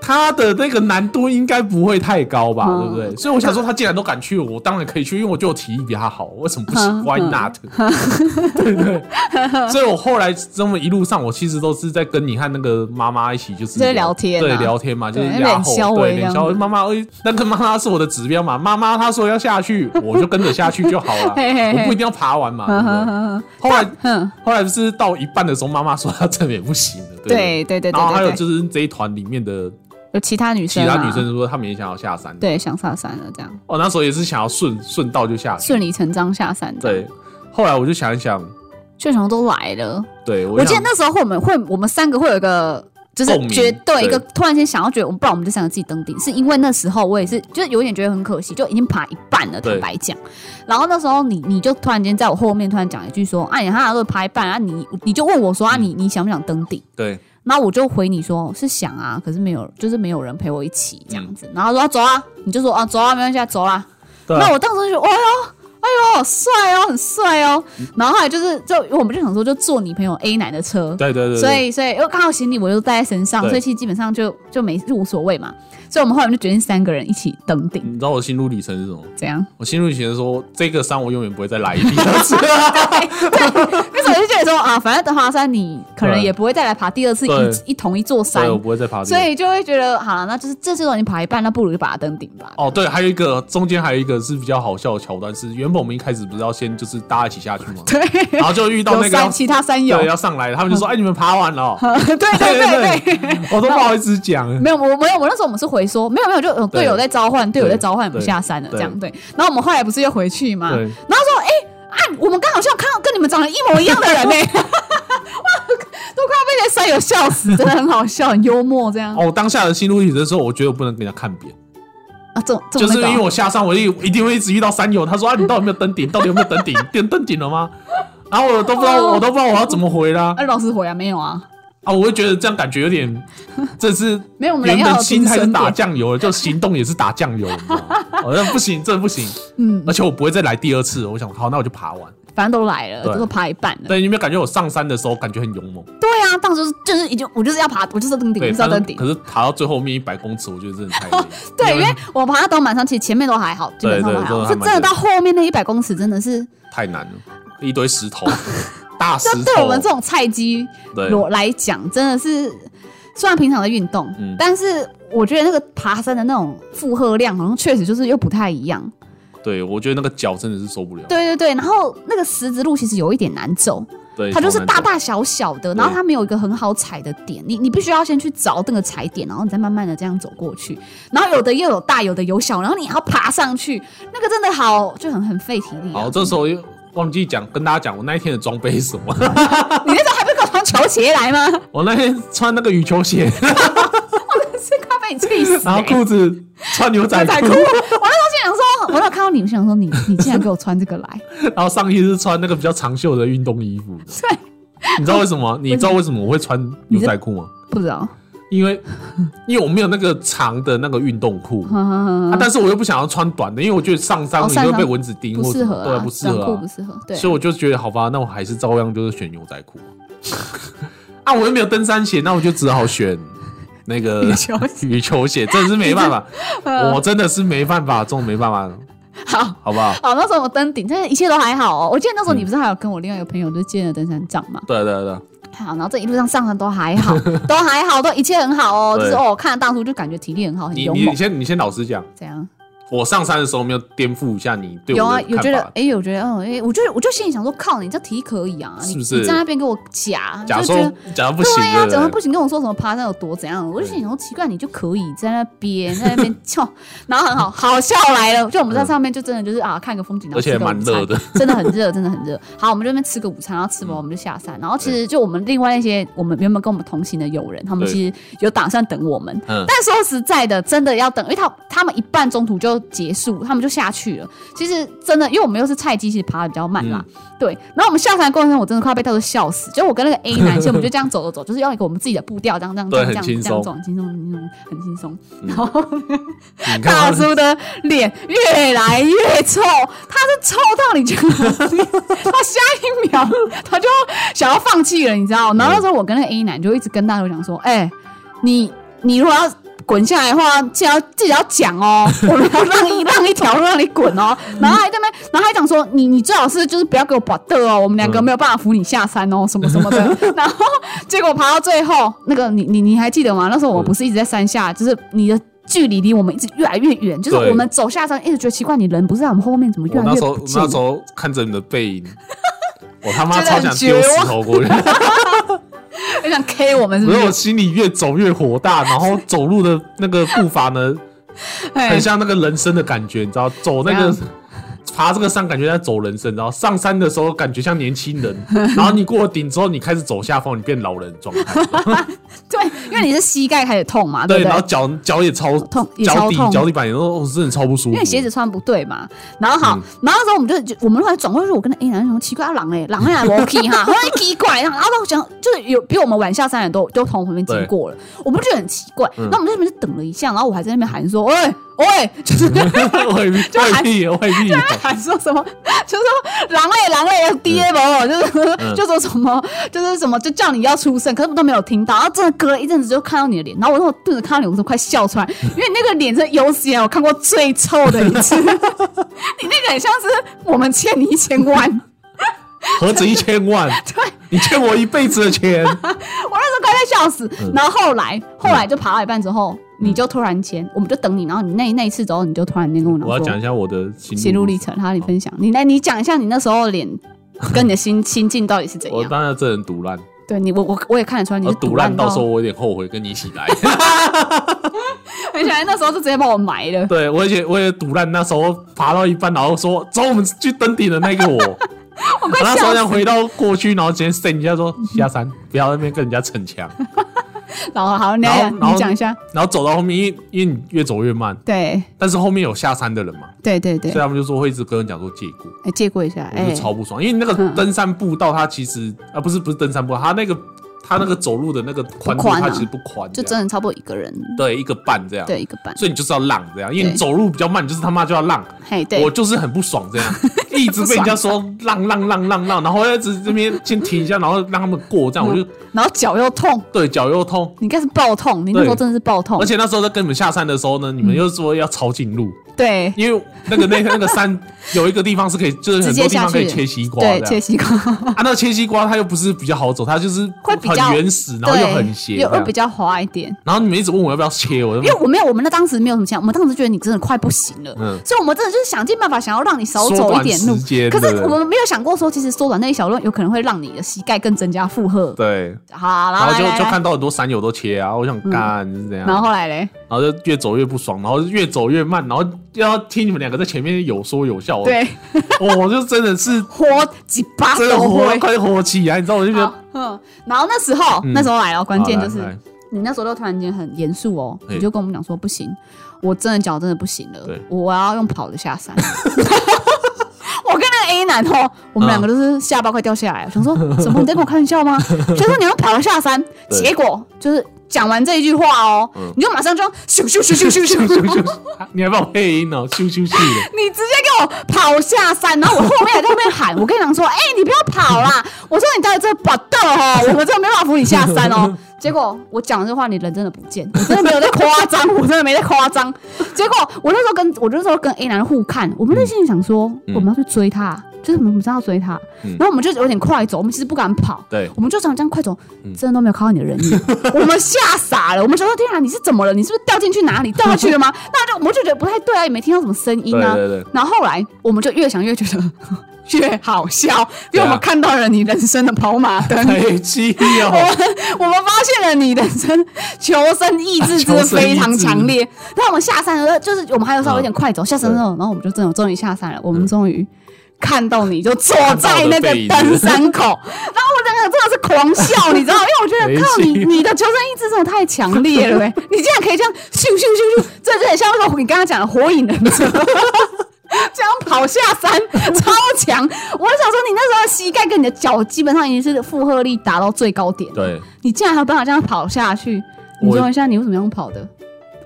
Speaker 1: 他的那个难度应该不会太高吧，
Speaker 2: 嗯
Speaker 1: 对不对？所以我想说，他既然都敢去，我当然可以去，因为我觉得我体力比他好，为什么不行
Speaker 2: 嗯
Speaker 1: ？Why not？对不对？所以我后来这么一路上，我其实都是在跟你和那个妈妈一起，就是
Speaker 2: 在聊天啊
Speaker 1: 对聊天嘛，就是
Speaker 2: 对
Speaker 1: 压
Speaker 2: 冷
Speaker 1: 后
Speaker 2: 笑
Speaker 1: 对
Speaker 2: 微
Speaker 1: 冷
Speaker 2: 这
Speaker 1: 笑
Speaker 2: 样子
Speaker 1: 妈妈，哎那个妈妈是我的指标嘛，妈妈她说要下去，我就跟着下去就好了，
Speaker 2: 嘿嘿嘿嗯
Speaker 1: 我不一定要爬完嘛，对
Speaker 2: 哼
Speaker 1: 不对
Speaker 2: 哼？哼
Speaker 1: 后来
Speaker 2: 哼，
Speaker 1: 后来不是到一半的时候，妈妈说她这也不行了，对不对
Speaker 2: 对对对对
Speaker 1: 然后还有
Speaker 2: 对对，
Speaker 1: 就是这一团里面的
Speaker 2: 有其他女
Speaker 1: 其
Speaker 2: 生，啊
Speaker 1: 他女，生说，她们也想要下山。
Speaker 2: 对，想下山了，这样
Speaker 1: 哦，那时候也是想要顺顺道就下去。
Speaker 2: 顺理成章下山，这样，
Speaker 1: 对，后来我就想一想，
Speaker 2: 就想都来了。
Speaker 1: 对我
Speaker 2: 我记得
Speaker 1: 想
Speaker 2: 那时候会我们会我们三个会有一个。就是
Speaker 1: 共鸣
Speaker 2: 觉对
Speaker 1: 对
Speaker 2: 一个突然间想要觉得，我们不然我们就三个自己登顶，是因为那时候我也是，就是有点觉得很可惜，就已经爬一半了，
Speaker 1: 对
Speaker 2: 坦白讲。然后那时候你你就突然间在我后面突然讲一句说，啊，你他都爬一半啊，你你就问我说啊，你
Speaker 1: 嗯
Speaker 2: 你想不想登顶？
Speaker 1: 对
Speaker 2: 然后我就回你说是想啊，可是没有，就是没有人陪我一起这样子。然后他说、啊走啊，你就说啊走啊，没关系啊，走啦。
Speaker 1: 嗯对
Speaker 2: 那
Speaker 1: 啊
Speaker 2: 我当时就觉得，哎呦，哎呦，帅哦，很帅哦。
Speaker 1: 嗯
Speaker 2: 然后后来就是，就我们就想说，就坐你朋友 A 男的车，
Speaker 1: 对对对，
Speaker 2: 所以所以因为刚好行李我就带在身上，
Speaker 1: 对
Speaker 2: 所以其实基本上就就没就无所谓嘛。所以我们后来就决定三个人一起登顶，
Speaker 1: 你知道我心路历程是什么？
Speaker 2: 怎样？
Speaker 1: 我心路历程是说，这个山我永远不会再 来一遍。
Speaker 2: 那时候我就觉得说啊，反正等华山你可能
Speaker 1: 对
Speaker 2: 也不会再来爬第二次
Speaker 1: 对
Speaker 2: 一一同一座山
Speaker 1: 对，，我不会再爬这
Speaker 2: 所
Speaker 1: 个。
Speaker 2: 以就会觉得好了，那就是这次都已经爬一半，那不如就把它登顶吧。
Speaker 1: 哦，对，还有一个中间还有一个是比较好笑的桥段是，原本我们一开始不是要先就是大家一起下去吗？
Speaker 2: 对，
Speaker 1: 然后就遇到
Speaker 2: 有
Speaker 1: 那个要
Speaker 2: 山其他山友，
Speaker 1: 对
Speaker 2: 对
Speaker 1: 要上来了，他们就说：“哎，你们爬完了哦。”
Speaker 2: 对对对。
Speaker 1: 我都不好意思讲。
Speaker 2: 没有，我没有，我那时候我们是回说，没有没有，就有
Speaker 1: 对
Speaker 2: 队友在召唤，队友在
Speaker 1: 对
Speaker 2: 召唤，我
Speaker 1: 对
Speaker 2: 们下山了
Speaker 1: 对
Speaker 2: 这样对。然后我们后来不是又回去嘛，然后
Speaker 1: 对，
Speaker 2: 说哎、啊，我们刚好像看到跟你们长得一模一样的人 呢、哇，都快要被那山友笑死，真的很好笑，很幽默这样
Speaker 1: 哦，我当下的心路历程的时候，我觉得我不能给人家看扁，
Speaker 2: 啊，这种这
Speaker 1: 就
Speaker 2: 种
Speaker 1: 是因
Speaker 2: 那
Speaker 1: 为
Speaker 2: 个哦。
Speaker 1: 我下山，我一一定会一直遇到山友，他说啊，你到底有没有登 顶？到底有没有登顶？点登顶了吗？然后我都不知道，
Speaker 2: 哦
Speaker 1: 我都不知道我要怎么回啦
Speaker 2: 啊，老师回啊，没有啊，
Speaker 1: 啊！我会觉得这样感觉有点，这是
Speaker 2: 没有，我们
Speaker 1: 原
Speaker 2: 人要
Speaker 1: 本
Speaker 2: 有
Speaker 1: 心
Speaker 2: 精
Speaker 1: 态是
Speaker 2: 神
Speaker 1: 打
Speaker 2: 点。
Speaker 1: 酱油的，就行动也是打酱油，你知道吗？好像不行，这不行，
Speaker 2: 嗯，
Speaker 1: 而且我不会再来第二次了。我想，好，那我就爬完。
Speaker 2: 反正都来了，
Speaker 1: 对
Speaker 2: 都爬一半了。
Speaker 1: 但你有没有感觉我上山的时候感觉很勇猛？
Speaker 2: 对啊，当时就是就是已经，我就是要爬，我就是要登顶，我
Speaker 1: 对，
Speaker 2: 就是要登
Speaker 1: 但
Speaker 2: 顶。
Speaker 1: 可。是爬到最后面一百公尺，我觉得真的太累了
Speaker 2: 对，因为我爬到短板上，其实前面都还好，基本上都还好。
Speaker 1: 对对
Speaker 2: 是
Speaker 1: 真的还蛮
Speaker 2: 真的到后面那一百公尺，真的是
Speaker 1: 太难了，一堆石头， 大石
Speaker 2: 这
Speaker 1: 头。
Speaker 2: 对我们这种菜鸡
Speaker 1: 对
Speaker 2: 裸来讲，真的是虽然平常的运动，
Speaker 1: 嗯
Speaker 2: 但是我觉得那个爬山的那种负荷量，好像确实就是又不太一样。
Speaker 1: 对我觉得那个脚真的是受不了。
Speaker 2: 对对对，然后那个石子路其实有一点难走，
Speaker 1: 对，
Speaker 2: 它就是
Speaker 1: 超难
Speaker 2: 大
Speaker 1: 走
Speaker 2: 大小小的，然后它没有一个很好踩的点，你你必须要先去找那个踩点，然后你再慢慢的这样走过去。然后有的又有大，有的有小，然后你还要爬上去，那个真的好就很很费体力、啊。
Speaker 1: 好，这时候又忘记讲，跟大家讲我那一天的装备是什么。
Speaker 2: 你那时候还不是给我穿球鞋来吗？
Speaker 1: 我那天穿那个羽球鞋，
Speaker 2: 是快被你气死、
Speaker 1: 然后
Speaker 2: 欸！
Speaker 1: 裤子穿牛仔
Speaker 2: 仔
Speaker 1: 裤
Speaker 2: 裤。，我那时候就想说，我那时候看到你，我想说你，你竟然给我穿这个 来，
Speaker 1: 然后上衣是穿那个比较长袖的运动衣服。
Speaker 2: 对，
Speaker 1: 你知道为什么？你知道为什么我会穿牛仔裤吗？
Speaker 2: 不知道，
Speaker 1: 因 为因为我没有那个长的那个运动裤。
Speaker 2: 嗯
Speaker 1: 啊，但是我又不想要穿短的，因为我觉得上山
Speaker 2: 哦
Speaker 1: 你就
Speaker 2: 上
Speaker 1: 会
Speaker 2: 山
Speaker 1: 被蚊子叮，
Speaker 2: 不
Speaker 1: 或
Speaker 2: 适
Speaker 1: 者
Speaker 2: 合
Speaker 1: 对啊，
Speaker 2: 啊，
Speaker 1: 不适合
Speaker 2: 短裤
Speaker 1: 啊
Speaker 2: 不。适合，对，
Speaker 1: 所以我就觉得好吧，那我还是照样就是选牛仔裤。 啊，我又没有登山鞋，那我就只好选那个
Speaker 2: 羽球鞋
Speaker 1: 羽球鞋，真的是没办法，
Speaker 2: 呃
Speaker 1: 我真的是没办法，这种没办法，
Speaker 2: 好。
Speaker 1: 好不好？
Speaker 2: 好，那时候我登顶，但是一切都还好哦。我记得那时候你不是还有跟我另外一个朋友就借了登山杖嘛？
Speaker 1: 对对对，
Speaker 2: 好，然后这一路上上山都还 好，都还好，都一切很好哦。
Speaker 1: 对
Speaker 2: 就是哦，看了大叔就感觉体力很好，很
Speaker 1: 你
Speaker 2: 勇
Speaker 1: 你
Speaker 2: 猛
Speaker 1: 你，先你先老实讲，
Speaker 2: 这样
Speaker 1: 我上山的时候没有颠覆一下你对
Speaker 2: 有
Speaker 1: 我
Speaker 2: 啊，
Speaker 1: 的
Speaker 2: 有觉
Speaker 1: 看
Speaker 2: 得
Speaker 1: 法，
Speaker 2: 哎、有觉得，嗯，哎、我就我就心里想说，靠，你这题可以啊，你
Speaker 1: 是不是
Speaker 2: 你在那边给我假，
Speaker 1: 假
Speaker 2: 就觉
Speaker 1: 说
Speaker 2: 得。
Speaker 1: 假如不行
Speaker 2: 对呀、
Speaker 1: 的，
Speaker 2: 怎么不行？跟我说什么爬山有多怎样？我就心里想说，奇怪，你就可以在那边，在那边翘， 然后很好，好笑来了。就我们在上面，就真的就是啊，看个风景，然后
Speaker 1: 而且
Speaker 2: 吃个
Speaker 1: 蛮
Speaker 2: 午餐
Speaker 1: 热的，
Speaker 2: 真的很热，真的很热。好，我们这边吃个午餐，然后吃完我们就下山。然后其实就我们另外一些我们原本跟我们同行的友人，他们
Speaker 1: 对
Speaker 2: 其实有打算等我们，
Speaker 1: 嗯
Speaker 2: 但说实在的，真的要等，因为他他们一半中途就结束，他们就下去了。其实真的，因为我们又是菜鸡，其实爬的比较慢啦。对，然后我们下山的过程中，我真的快要被他说笑死。就我跟那个 A 男，其实我们就这样走走走，就是要一个我们自己的步调，这样这样这
Speaker 1: 对
Speaker 2: 样
Speaker 1: 很
Speaker 2: 这样
Speaker 1: 轻
Speaker 2: 这
Speaker 1: 松
Speaker 2: 样走，很轻松，很轻松，很轻松。
Speaker 1: 嗯
Speaker 2: 然后
Speaker 1: 你看
Speaker 2: 大
Speaker 1: 他
Speaker 2: 叔的脸越来越臭，他是臭到你觉得他下一秒他就想要放弃了，你知道？然后那时候我跟那个 A 男就一直跟大叔讲说：“哎、你你如果要滚下来的话，记得要记得要 讲哦，我们要让一让一条路让你滚哦。”然后还在那边，然后还讲说：“你你最好是就是不要给我把的哦，我们两个没有办法扶你下山
Speaker 1: 嗯
Speaker 2: 哦，什么什么的。” 然后结果爬到最后，那个你你你还记得吗？那时候
Speaker 1: 嗯
Speaker 2: 我们不是一直在山下，就是你的。距离离我们一直越来越远，就是
Speaker 1: 对
Speaker 2: 我们走下山，一直觉得奇怪，你人不是在我们后面，怎么越
Speaker 1: 我那
Speaker 2: 来越
Speaker 1: 时候
Speaker 2: 不
Speaker 1: 我
Speaker 2: 见
Speaker 1: 那时候看着你的背 影，我他妈
Speaker 2: 觉得
Speaker 1: 超
Speaker 2: 很
Speaker 1: 想
Speaker 2: 绝
Speaker 1: 丢石头 过去，
Speaker 2: 很想 K 我们，是不
Speaker 1: 没有，我
Speaker 2: 是？
Speaker 1: 心里越走越火大，然后走路的那个步伐呢，
Speaker 2: 哎
Speaker 1: 很像那个人生的感觉，你知道，走那个
Speaker 2: 怎
Speaker 1: 爬这个山感觉在走人生，然后上山的时候感觉像年轻人，然后你过了顶之后，你开始走下坡，你变老人状 态，
Speaker 2: 对，因为你是膝盖开始痛嘛，
Speaker 1: 对，
Speaker 2: 不
Speaker 1: 然后
Speaker 2: 对？
Speaker 1: 脚脚也超
Speaker 2: 痛也
Speaker 1: 脚
Speaker 2: 超
Speaker 1: 底
Speaker 2: 痛
Speaker 1: 脚底板也都哦真的超不舒服，
Speaker 2: 因为鞋子穿不对嘛，然后好
Speaker 1: 嗯，
Speaker 2: 然后那时候我们就就我们后来转过去，我跟那 A 男说奇怪，啊狼 哎，狼哎，我 K 哈，后来奇怪，然后然后我想就是有比我们晚下山的人都都从我旁边经过了，我们就觉得很奇怪，
Speaker 1: 嗯
Speaker 2: 然后我们在那边就等了一下，然后我还在那边喊说，喂喂， 就 是
Speaker 1: 外屁
Speaker 2: 就
Speaker 1: 外
Speaker 2: 还
Speaker 1: 屁外屁，
Speaker 2: 喊说什么，就说狼哎狼哎爹不，就是、
Speaker 1: 嗯
Speaker 2: 就说什么就是什么就叫你要出声，可是我们都没有听到。然后真的隔了一阵子就看到你的脸，然后我那时候顿时看到你，我都快笑出来，因为你那个脸是有史以来我看过最臭的一次，你 那个很像是我们欠你一千万。
Speaker 1: 何止一千 万，你欠我一辈子的钱，
Speaker 2: 我那时候快被笑死。
Speaker 1: 嗯
Speaker 2: 然后后来，后来就爬到一半之后，你就突然间，我们就等你，然后你那那一次之后，你就突然间跟我讲
Speaker 1: 我要
Speaker 2: 说
Speaker 1: 讲一下我的心
Speaker 2: 心路历程，他你分享，你来你讲一下你那时候 的脸跟你的心心境到底是怎
Speaker 1: 我
Speaker 2: 样？
Speaker 1: 当然这人独烂，
Speaker 2: 对你，我我我也看得出来你
Speaker 1: 而
Speaker 2: 是
Speaker 1: 独呃烂
Speaker 2: 烂
Speaker 1: 到
Speaker 2: 到
Speaker 1: 时候， 我有点后悔跟你一起来。
Speaker 2: 而且那时候就直接把我埋了。
Speaker 1: 对，我也我也堵烂，那时候爬到一半，然后说走，我们去登顶的那个 我，我
Speaker 2: 快
Speaker 1: 那时候
Speaker 2: 笑
Speaker 1: 想回到过去，然后直接 s 人家说下山，不要在那边跟人家逞 强，
Speaker 2: 然后好，你
Speaker 1: 然后
Speaker 2: 来
Speaker 1: 然后
Speaker 2: 你讲一下，
Speaker 1: 然后走到后面，因为因为你越走越慢，
Speaker 2: 对
Speaker 1: 但是后面有下山的人嘛，
Speaker 2: 对对对
Speaker 1: 所以，他们就说会一直跟人讲说借过，
Speaker 2: 哎，借过一下，
Speaker 1: 啊我
Speaker 2: 哎嗯
Speaker 1: 就，超不爽，因为那个登山步道它其实啊不是不是登山步道，它那个它那个走路的那个宽度
Speaker 2: 不宽啊
Speaker 1: 它其实不宽这
Speaker 2: 就
Speaker 1: 样，
Speaker 2: 真的差不多一个人，
Speaker 1: 对一个半这样，
Speaker 2: 对一个半，
Speaker 1: 所以你就是要浪这样，因为你
Speaker 2: 对
Speaker 1: 走路比较慢，你就是他妈就要浪。
Speaker 2: 嘿，对
Speaker 1: 我，就是很不爽这样， 一直被人家说浪浪浪浪浪，然后一直这边先停一下，然后让他们过
Speaker 2: 嗯
Speaker 1: 这样，我就
Speaker 2: 然后脚又痛，
Speaker 1: 对脚又痛。
Speaker 2: 你应该是爆痛，你那时候
Speaker 1: 对
Speaker 2: 真的是爆痛
Speaker 1: 而，且那时候在跟你们下山的时候呢，你们又说要抄近路，
Speaker 2: 对
Speaker 1: 因为那个那 个那个山有一个地方是可以，就是很多地方可以切西瓜
Speaker 2: 对，
Speaker 1: 这
Speaker 2: 切
Speaker 1: 样。
Speaker 2: 西瓜，
Speaker 1: 啊，那切西瓜它又不是比较好走，它就是
Speaker 2: 会比较
Speaker 1: 很原始，然后
Speaker 2: 对
Speaker 1: 又很斜这
Speaker 2: 又又
Speaker 1: 样
Speaker 2: 比。较滑一点。
Speaker 1: 然后你们一直问我要不要切，我
Speaker 2: 因为
Speaker 1: 就
Speaker 2: 我没有，我们那当时没有什么想，我们当时觉得你真的快不行了，
Speaker 1: 嗯
Speaker 2: 所以我们真的就是想尽办法想要让你少
Speaker 1: 缩
Speaker 2: 走一
Speaker 1: 短
Speaker 2: 点路
Speaker 1: 时。间。
Speaker 2: 可
Speaker 1: 对
Speaker 2: 是我们没有想过说，其实缩短那一小段有可能会让你的膝盖更增加负荷。
Speaker 1: 对，
Speaker 2: 好，然
Speaker 1: 然
Speaker 2: 后
Speaker 1: 后
Speaker 2: 来
Speaker 1: 就
Speaker 2: 来
Speaker 1: 就
Speaker 2: 来
Speaker 1: 看到啊很多山友都切啊，我想干是这样。
Speaker 2: 然后后来嘞，
Speaker 1: 然后就越走越不爽，然后越走越慢，然后要听你们两个在前面有说有笑，我，哦
Speaker 2: 对，
Speaker 1: 我我就真的是
Speaker 2: 活几巴
Speaker 1: 真的
Speaker 2: 都
Speaker 1: 火
Speaker 2: 会。
Speaker 1: 快火起来，你知道，我就觉得
Speaker 2: 好，嗯，然后那时候，
Speaker 1: 嗯
Speaker 2: 那时候来了，关键
Speaker 1: 好
Speaker 2: 就是
Speaker 1: 来来
Speaker 2: 你那时候都突然间很严肃哦，
Speaker 1: 嘿
Speaker 2: 你就跟我们讲说不行，我真的脚真的不行了
Speaker 1: 对，
Speaker 2: 我要用跑的下山。我跟那个 A 男哦，我们两个都是下巴快掉下来了，想说什么？你在跟我开玩笑吗？就说你要跑了下山，
Speaker 1: 对
Speaker 2: 结果就是讲完这一句话哦，你就马上就咻咻咻咻咻咻，
Speaker 1: 咻咻咻，你还帮我配音哦，咻咻咻 的，
Speaker 2: 你直接给我跑下山，然后我后面还在那边喊，我跟你讲说，哎、你不要跑啦！我说你到底这把豆哦，我们真的没办法扶你下山哦。结果我讲这话，你人真的不见，我真的没有在夸张，我真的没在夸张。结果我那时候跟我那时候跟 A 男互看，我们内心里想说，我们要去追他，就是我们知道追他，
Speaker 1: 嗯
Speaker 2: 然后我们就有点快走，我们其实不敢跑，
Speaker 1: 对，
Speaker 2: 我们就想这样快走，
Speaker 1: 嗯
Speaker 2: 真的都没有靠到你的人 影，我们吓傻了，我们想说天啊，你是怎么了？你是不是掉进去哪里掉下去 了吗？那就我们就觉得不太对啊，也没听到什么声音
Speaker 1: 对
Speaker 2: 啊。
Speaker 1: 对对，
Speaker 2: 然后后来我们就越想越觉得 越好笑，因
Speaker 1: 对
Speaker 2: 为
Speaker 1: 啊
Speaker 2: 我们看到了你人生的跑马灯。
Speaker 1: 太气
Speaker 2: 我
Speaker 1: 哦，
Speaker 2: 们我们发现了你的生求啊生意志真的非常强烈。然后我们下山了，就是我们还有稍微有点快走，下山之后，然后我们就真的终于下山了，我们终于。看到你就坐在那个登山口，然后我两个真的是狂笑，你知道吗？因为我觉得靠
Speaker 1: 没
Speaker 2: 你，
Speaker 1: 劲
Speaker 2: 你的求生意志真的太强烈 了、欸，你竟然可以这样咻咻咻咻，这就很像那种你刚刚讲的火影忍者。这样跑下山，超强！我想说，你那时候的膝盖跟你的脚基本上已经是负荷力达到最高点。，
Speaker 1: 对，
Speaker 2: 你竟然还有办法这样跑下去？你
Speaker 1: 我
Speaker 2: 说一下，你为什么用跑的？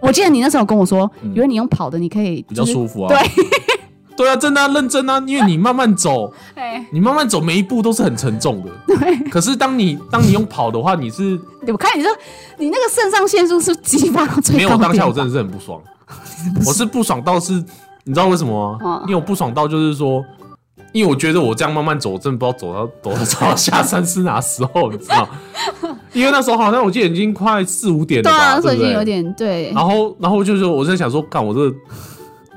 Speaker 2: 我记得你那时候有跟我说，因为你用跑的，你可以
Speaker 1: 嗯比较
Speaker 2: 服。
Speaker 1: 舒服啊，
Speaker 2: 对，
Speaker 1: 对啊，真的啊认真啊，因为你慢慢走，
Speaker 2: 哎，
Speaker 1: 你慢慢走，每一步都是很沉重的。
Speaker 2: 对，
Speaker 1: 可是当你当你用跑的话，你是
Speaker 2: 我看你说你那个肾上腺素是激发到最 高
Speaker 1: 没有当下我真的
Speaker 2: 的
Speaker 1: 是很不 爽，我是不爽到是，你知道为什么吗
Speaker 2: 嗯？
Speaker 1: 因为我不爽到就是说，因为我觉得我这样慢慢走，我真的不知道走到走 到走到下山是哪时候，你知道？因为那时候好像我记得已经快四五点了
Speaker 2: 对啊，
Speaker 1: 吧，
Speaker 2: 那时候
Speaker 1: 对不对？
Speaker 2: 已经有点对，
Speaker 1: 然后，然后就是我在想说，干我这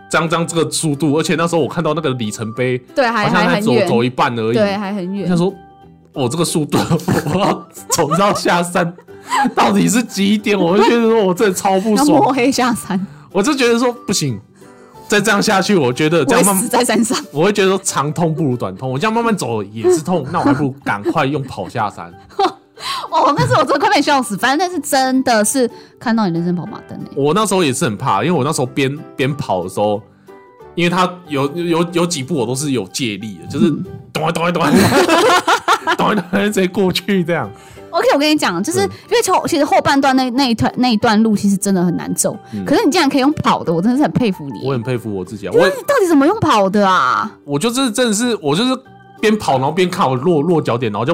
Speaker 1: 张张这个速度，而且那时候我看到那个里程碑，
Speaker 2: 对，
Speaker 1: 好
Speaker 2: 还
Speaker 1: 像
Speaker 2: 还
Speaker 1: 才
Speaker 2: 很
Speaker 1: 走
Speaker 2: 远，
Speaker 1: 走一半而已。
Speaker 2: 对，还很
Speaker 1: 我
Speaker 2: 远
Speaker 1: 想。说，我这个速度， 我要走到下山，到底是几点？我就觉得说我真的超不
Speaker 2: 要摸
Speaker 1: 爽，
Speaker 2: 黑下山，
Speaker 1: 我就觉得说不行，再这样下去，我觉得
Speaker 2: 我
Speaker 1: 这
Speaker 2: 会
Speaker 1: 样慢
Speaker 2: 死
Speaker 1: 慢。
Speaker 2: 在山上。
Speaker 1: 我会觉得说长痛不如短痛，我这样慢慢走也是痛，那我还不如赶快用跑下山。
Speaker 2: 哦，那时候我真的快被笑死。反正那是真的是看到你人生跑马灯欸
Speaker 1: 我那时候也是很怕，因为我那时候边边跑的时候，因为他有有有几步我都是有借力的，就是咚啊咚啊咚啊，咚啊咚啊直接过去这样。
Speaker 2: 而且我跟你讲，
Speaker 1: 嗯
Speaker 2: 就是因为从其实后半段那那一段那一段路其实真的很难走，
Speaker 1: 嗯
Speaker 2: 可是你竟然可以用跑的，我真的是很佩服你
Speaker 1: 我
Speaker 2: 欸。
Speaker 1: 很佩服我自己啊，
Speaker 2: 就
Speaker 1: 我
Speaker 2: 是你到底怎么用跑的啊？
Speaker 1: 我就是真的是我就是边跑然后边看我落落脚点，然后就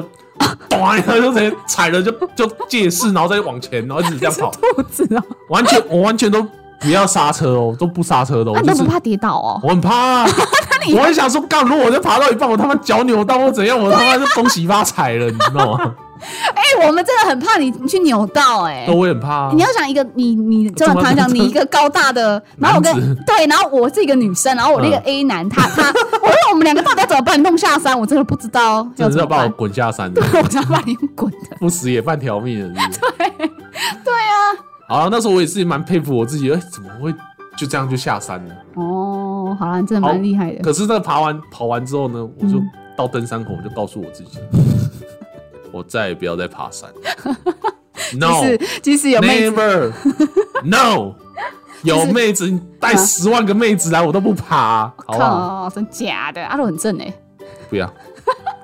Speaker 1: 咚啊，就直接踩了就就借势，然后再往前，然后一直这样跑，
Speaker 2: 我知 道，
Speaker 1: 完全 我完全都不要刹车哦，都不刹车的，我
Speaker 2: 那你
Speaker 1: 就
Speaker 2: 都
Speaker 1: 是
Speaker 2: 不怕跌倒哦？
Speaker 1: 我很怕 啊、
Speaker 2: 你
Speaker 1: 我很想说，干，如果我在爬到一半，我他妈脚扭到或怎样，我他妈就恭喜发财了，你知道 吗？
Speaker 2: 哎，我们真的很怕你你去扭到哎
Speaker 1: 那。我也很怕、啊
Speaker 2: 你。要想一个你你就
Speaker 1: 怎么
Speaker 2: 常讲
Speaker 1: 怎么
Speaker 2: 你一个高 大的，然后我
Speaker 1: 男
Speaker 2: 跟对，然后我是一个女生，然后我 那个
Speaker 1: 嗯
Speaker 2: A 男他他，我说我们两个到底要怎么办弄下山？我真的不知道要
Speaker 1: 真的
Speaker 2: 怎么
Speaker 1: 要把我
Speaker 2: 办。
Speaker 1: 滚下山的啊
Speaker 2: 对，， 我想把你用滚的。
Speaker 1: 不死也半条命了。对，对啊。好啊，那时候我也是蛮佩服我自己，哎、怎么会就这样就下山了？
Speaker 2: 哦，好啦，你真的蛮厉害的。
Speaker 1: 可是那个爬完跑完之后呢，我
Speaker 2: 嗯
Speaker 1: 就到登山口，我就告诉我自 己，我再也不要再爬山。No，
Speaker 2: 即使即使有妹子，
Speaker 1: Never, no，有妹子，你带十万个妹子来，我都不爬、好不好？
Speaker 2: 啊靠，真假的，阿都很正哎，
Speaker 1: 不要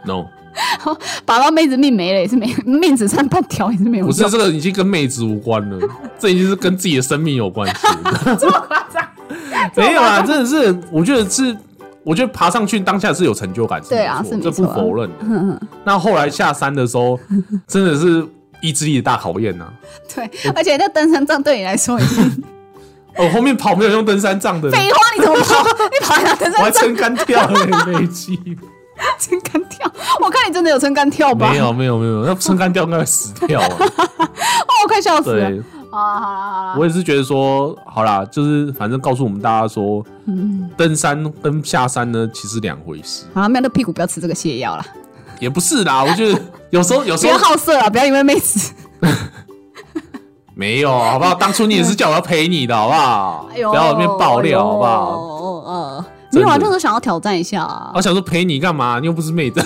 Speaker 1: ，no，
Speaker 2: 把到妹子命没了也是没，命只剩半条也是没有
Speaker 1: 不
Speaker 2: 用，
Speaker 1: 是这个已经跟妹子无关了，这已经是跟自己的生命有关系了。
Speaker 2: 这么夸张？
Speaker 1: 没有啊，真的是，我觉得是，我觉得爬上去当下是有成就感，
Speaker 2: 对啊
Speaker 1: 没错
Speaker 2: 是
Speaker 1: 这
Speaker 2: 没
Speaker 1: 不
Speaker 2: 错啊
Speaker 1: 否 认的。那后来下山的时候，真的是意志力的大考验呐、啊
Speaker 2: 对，而且那登山杖对你来说已经
Speaker 1: 我哦后面跑没有用登山杖的，
Speaker 2: 废话，你怎么跑？你跑来拿登
Speaker 1: 我还
Speaker 2: 山杖
Speaker 1: 撑杆跳嘞，飞机。
Speaker 2: 撑杆 跳？我看你真的有撑杆跳吧？
Speaker 1: 没有没有没有，那撑杆跳应该会死掉 啊。
Speaker 2: 哦，我快笑死了。
Speaker 1: 对，
Speaker 2: 好啦好啦好啦，
Speaker 1: 我也是觉得说，好啦，就是反正告诉我们大家说，
Speaker 2: 嗯
Speaker 1: 登山跟下山呢其实两回事，
Speaker 2: 好啦，妹的屁股不要吃这个泻药啦，
Speaker 1: 也不是啦。我觉得 有时候有
Speaker 2: 不
Speaker 1: 时
Speaker 2: 要
Speaker 1: 候
Speaker 2: 好色啊，不要因为妹子。
Speaker 1: 没有，好不好？当初你也是叫我要陪你的，好不好？
Speaker 2: 哎呦，
Speaker 1: 不要在那边爆料，好不好？
Speaker 2: 哦哦，呃没
Speaker 1: 真的
Speaker 2: 有啊，就是想要挑战一下啊。
Speaker 1: 我想说陪你干嘛？你又不是妹子，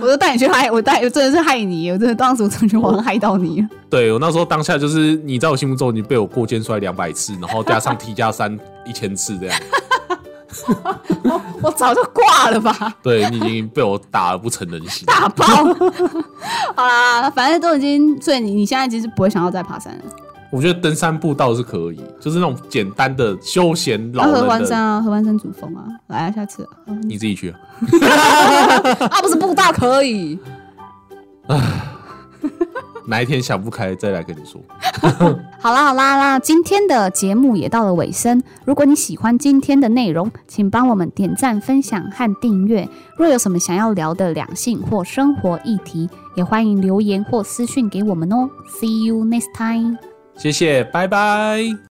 Speaker 2: 我就带你去嗨，我带我真的是害你，我真的当时我真的觉得我很害到你了。
Speaker 1: 对我那时候当下就是你在我心目中，你被我过肩摔两百次，然后加上 T 加三一千次这样，
Speaker 2: 我早就挂了吧，
Speaker 1: 对你已经被我打得不成人形。
Speaker 2: 大 爆！好啦，反正都已经，所以你你现在其实不会想要再爬山了，
Speaker 1: 我觉得登山步道是可以，就是那种简单的休闲老
Speaker 2: 那合
Speaker 1: 人
Speaker 2: 欢
Speaker 1: 的
Speaker 2: 山，啊，合欢山主峰啊，来啊，下次啊，
Speaker 1: 你自己去啊。
Speaker 2: 啊不是步道可以，
Speaker 1: 哪一天想不开再来跟你说。
Speaker 2: 好啦好啦啦，今天的节目也到了尾声。如果你喜欢今天的内容，请帮我们点赞、分享和订阅。若有什么想要聊的两性或生活议题，也欢迎留言或私讯给我们哦。See you next time.
Speaker 1: 谢谢，拜拜。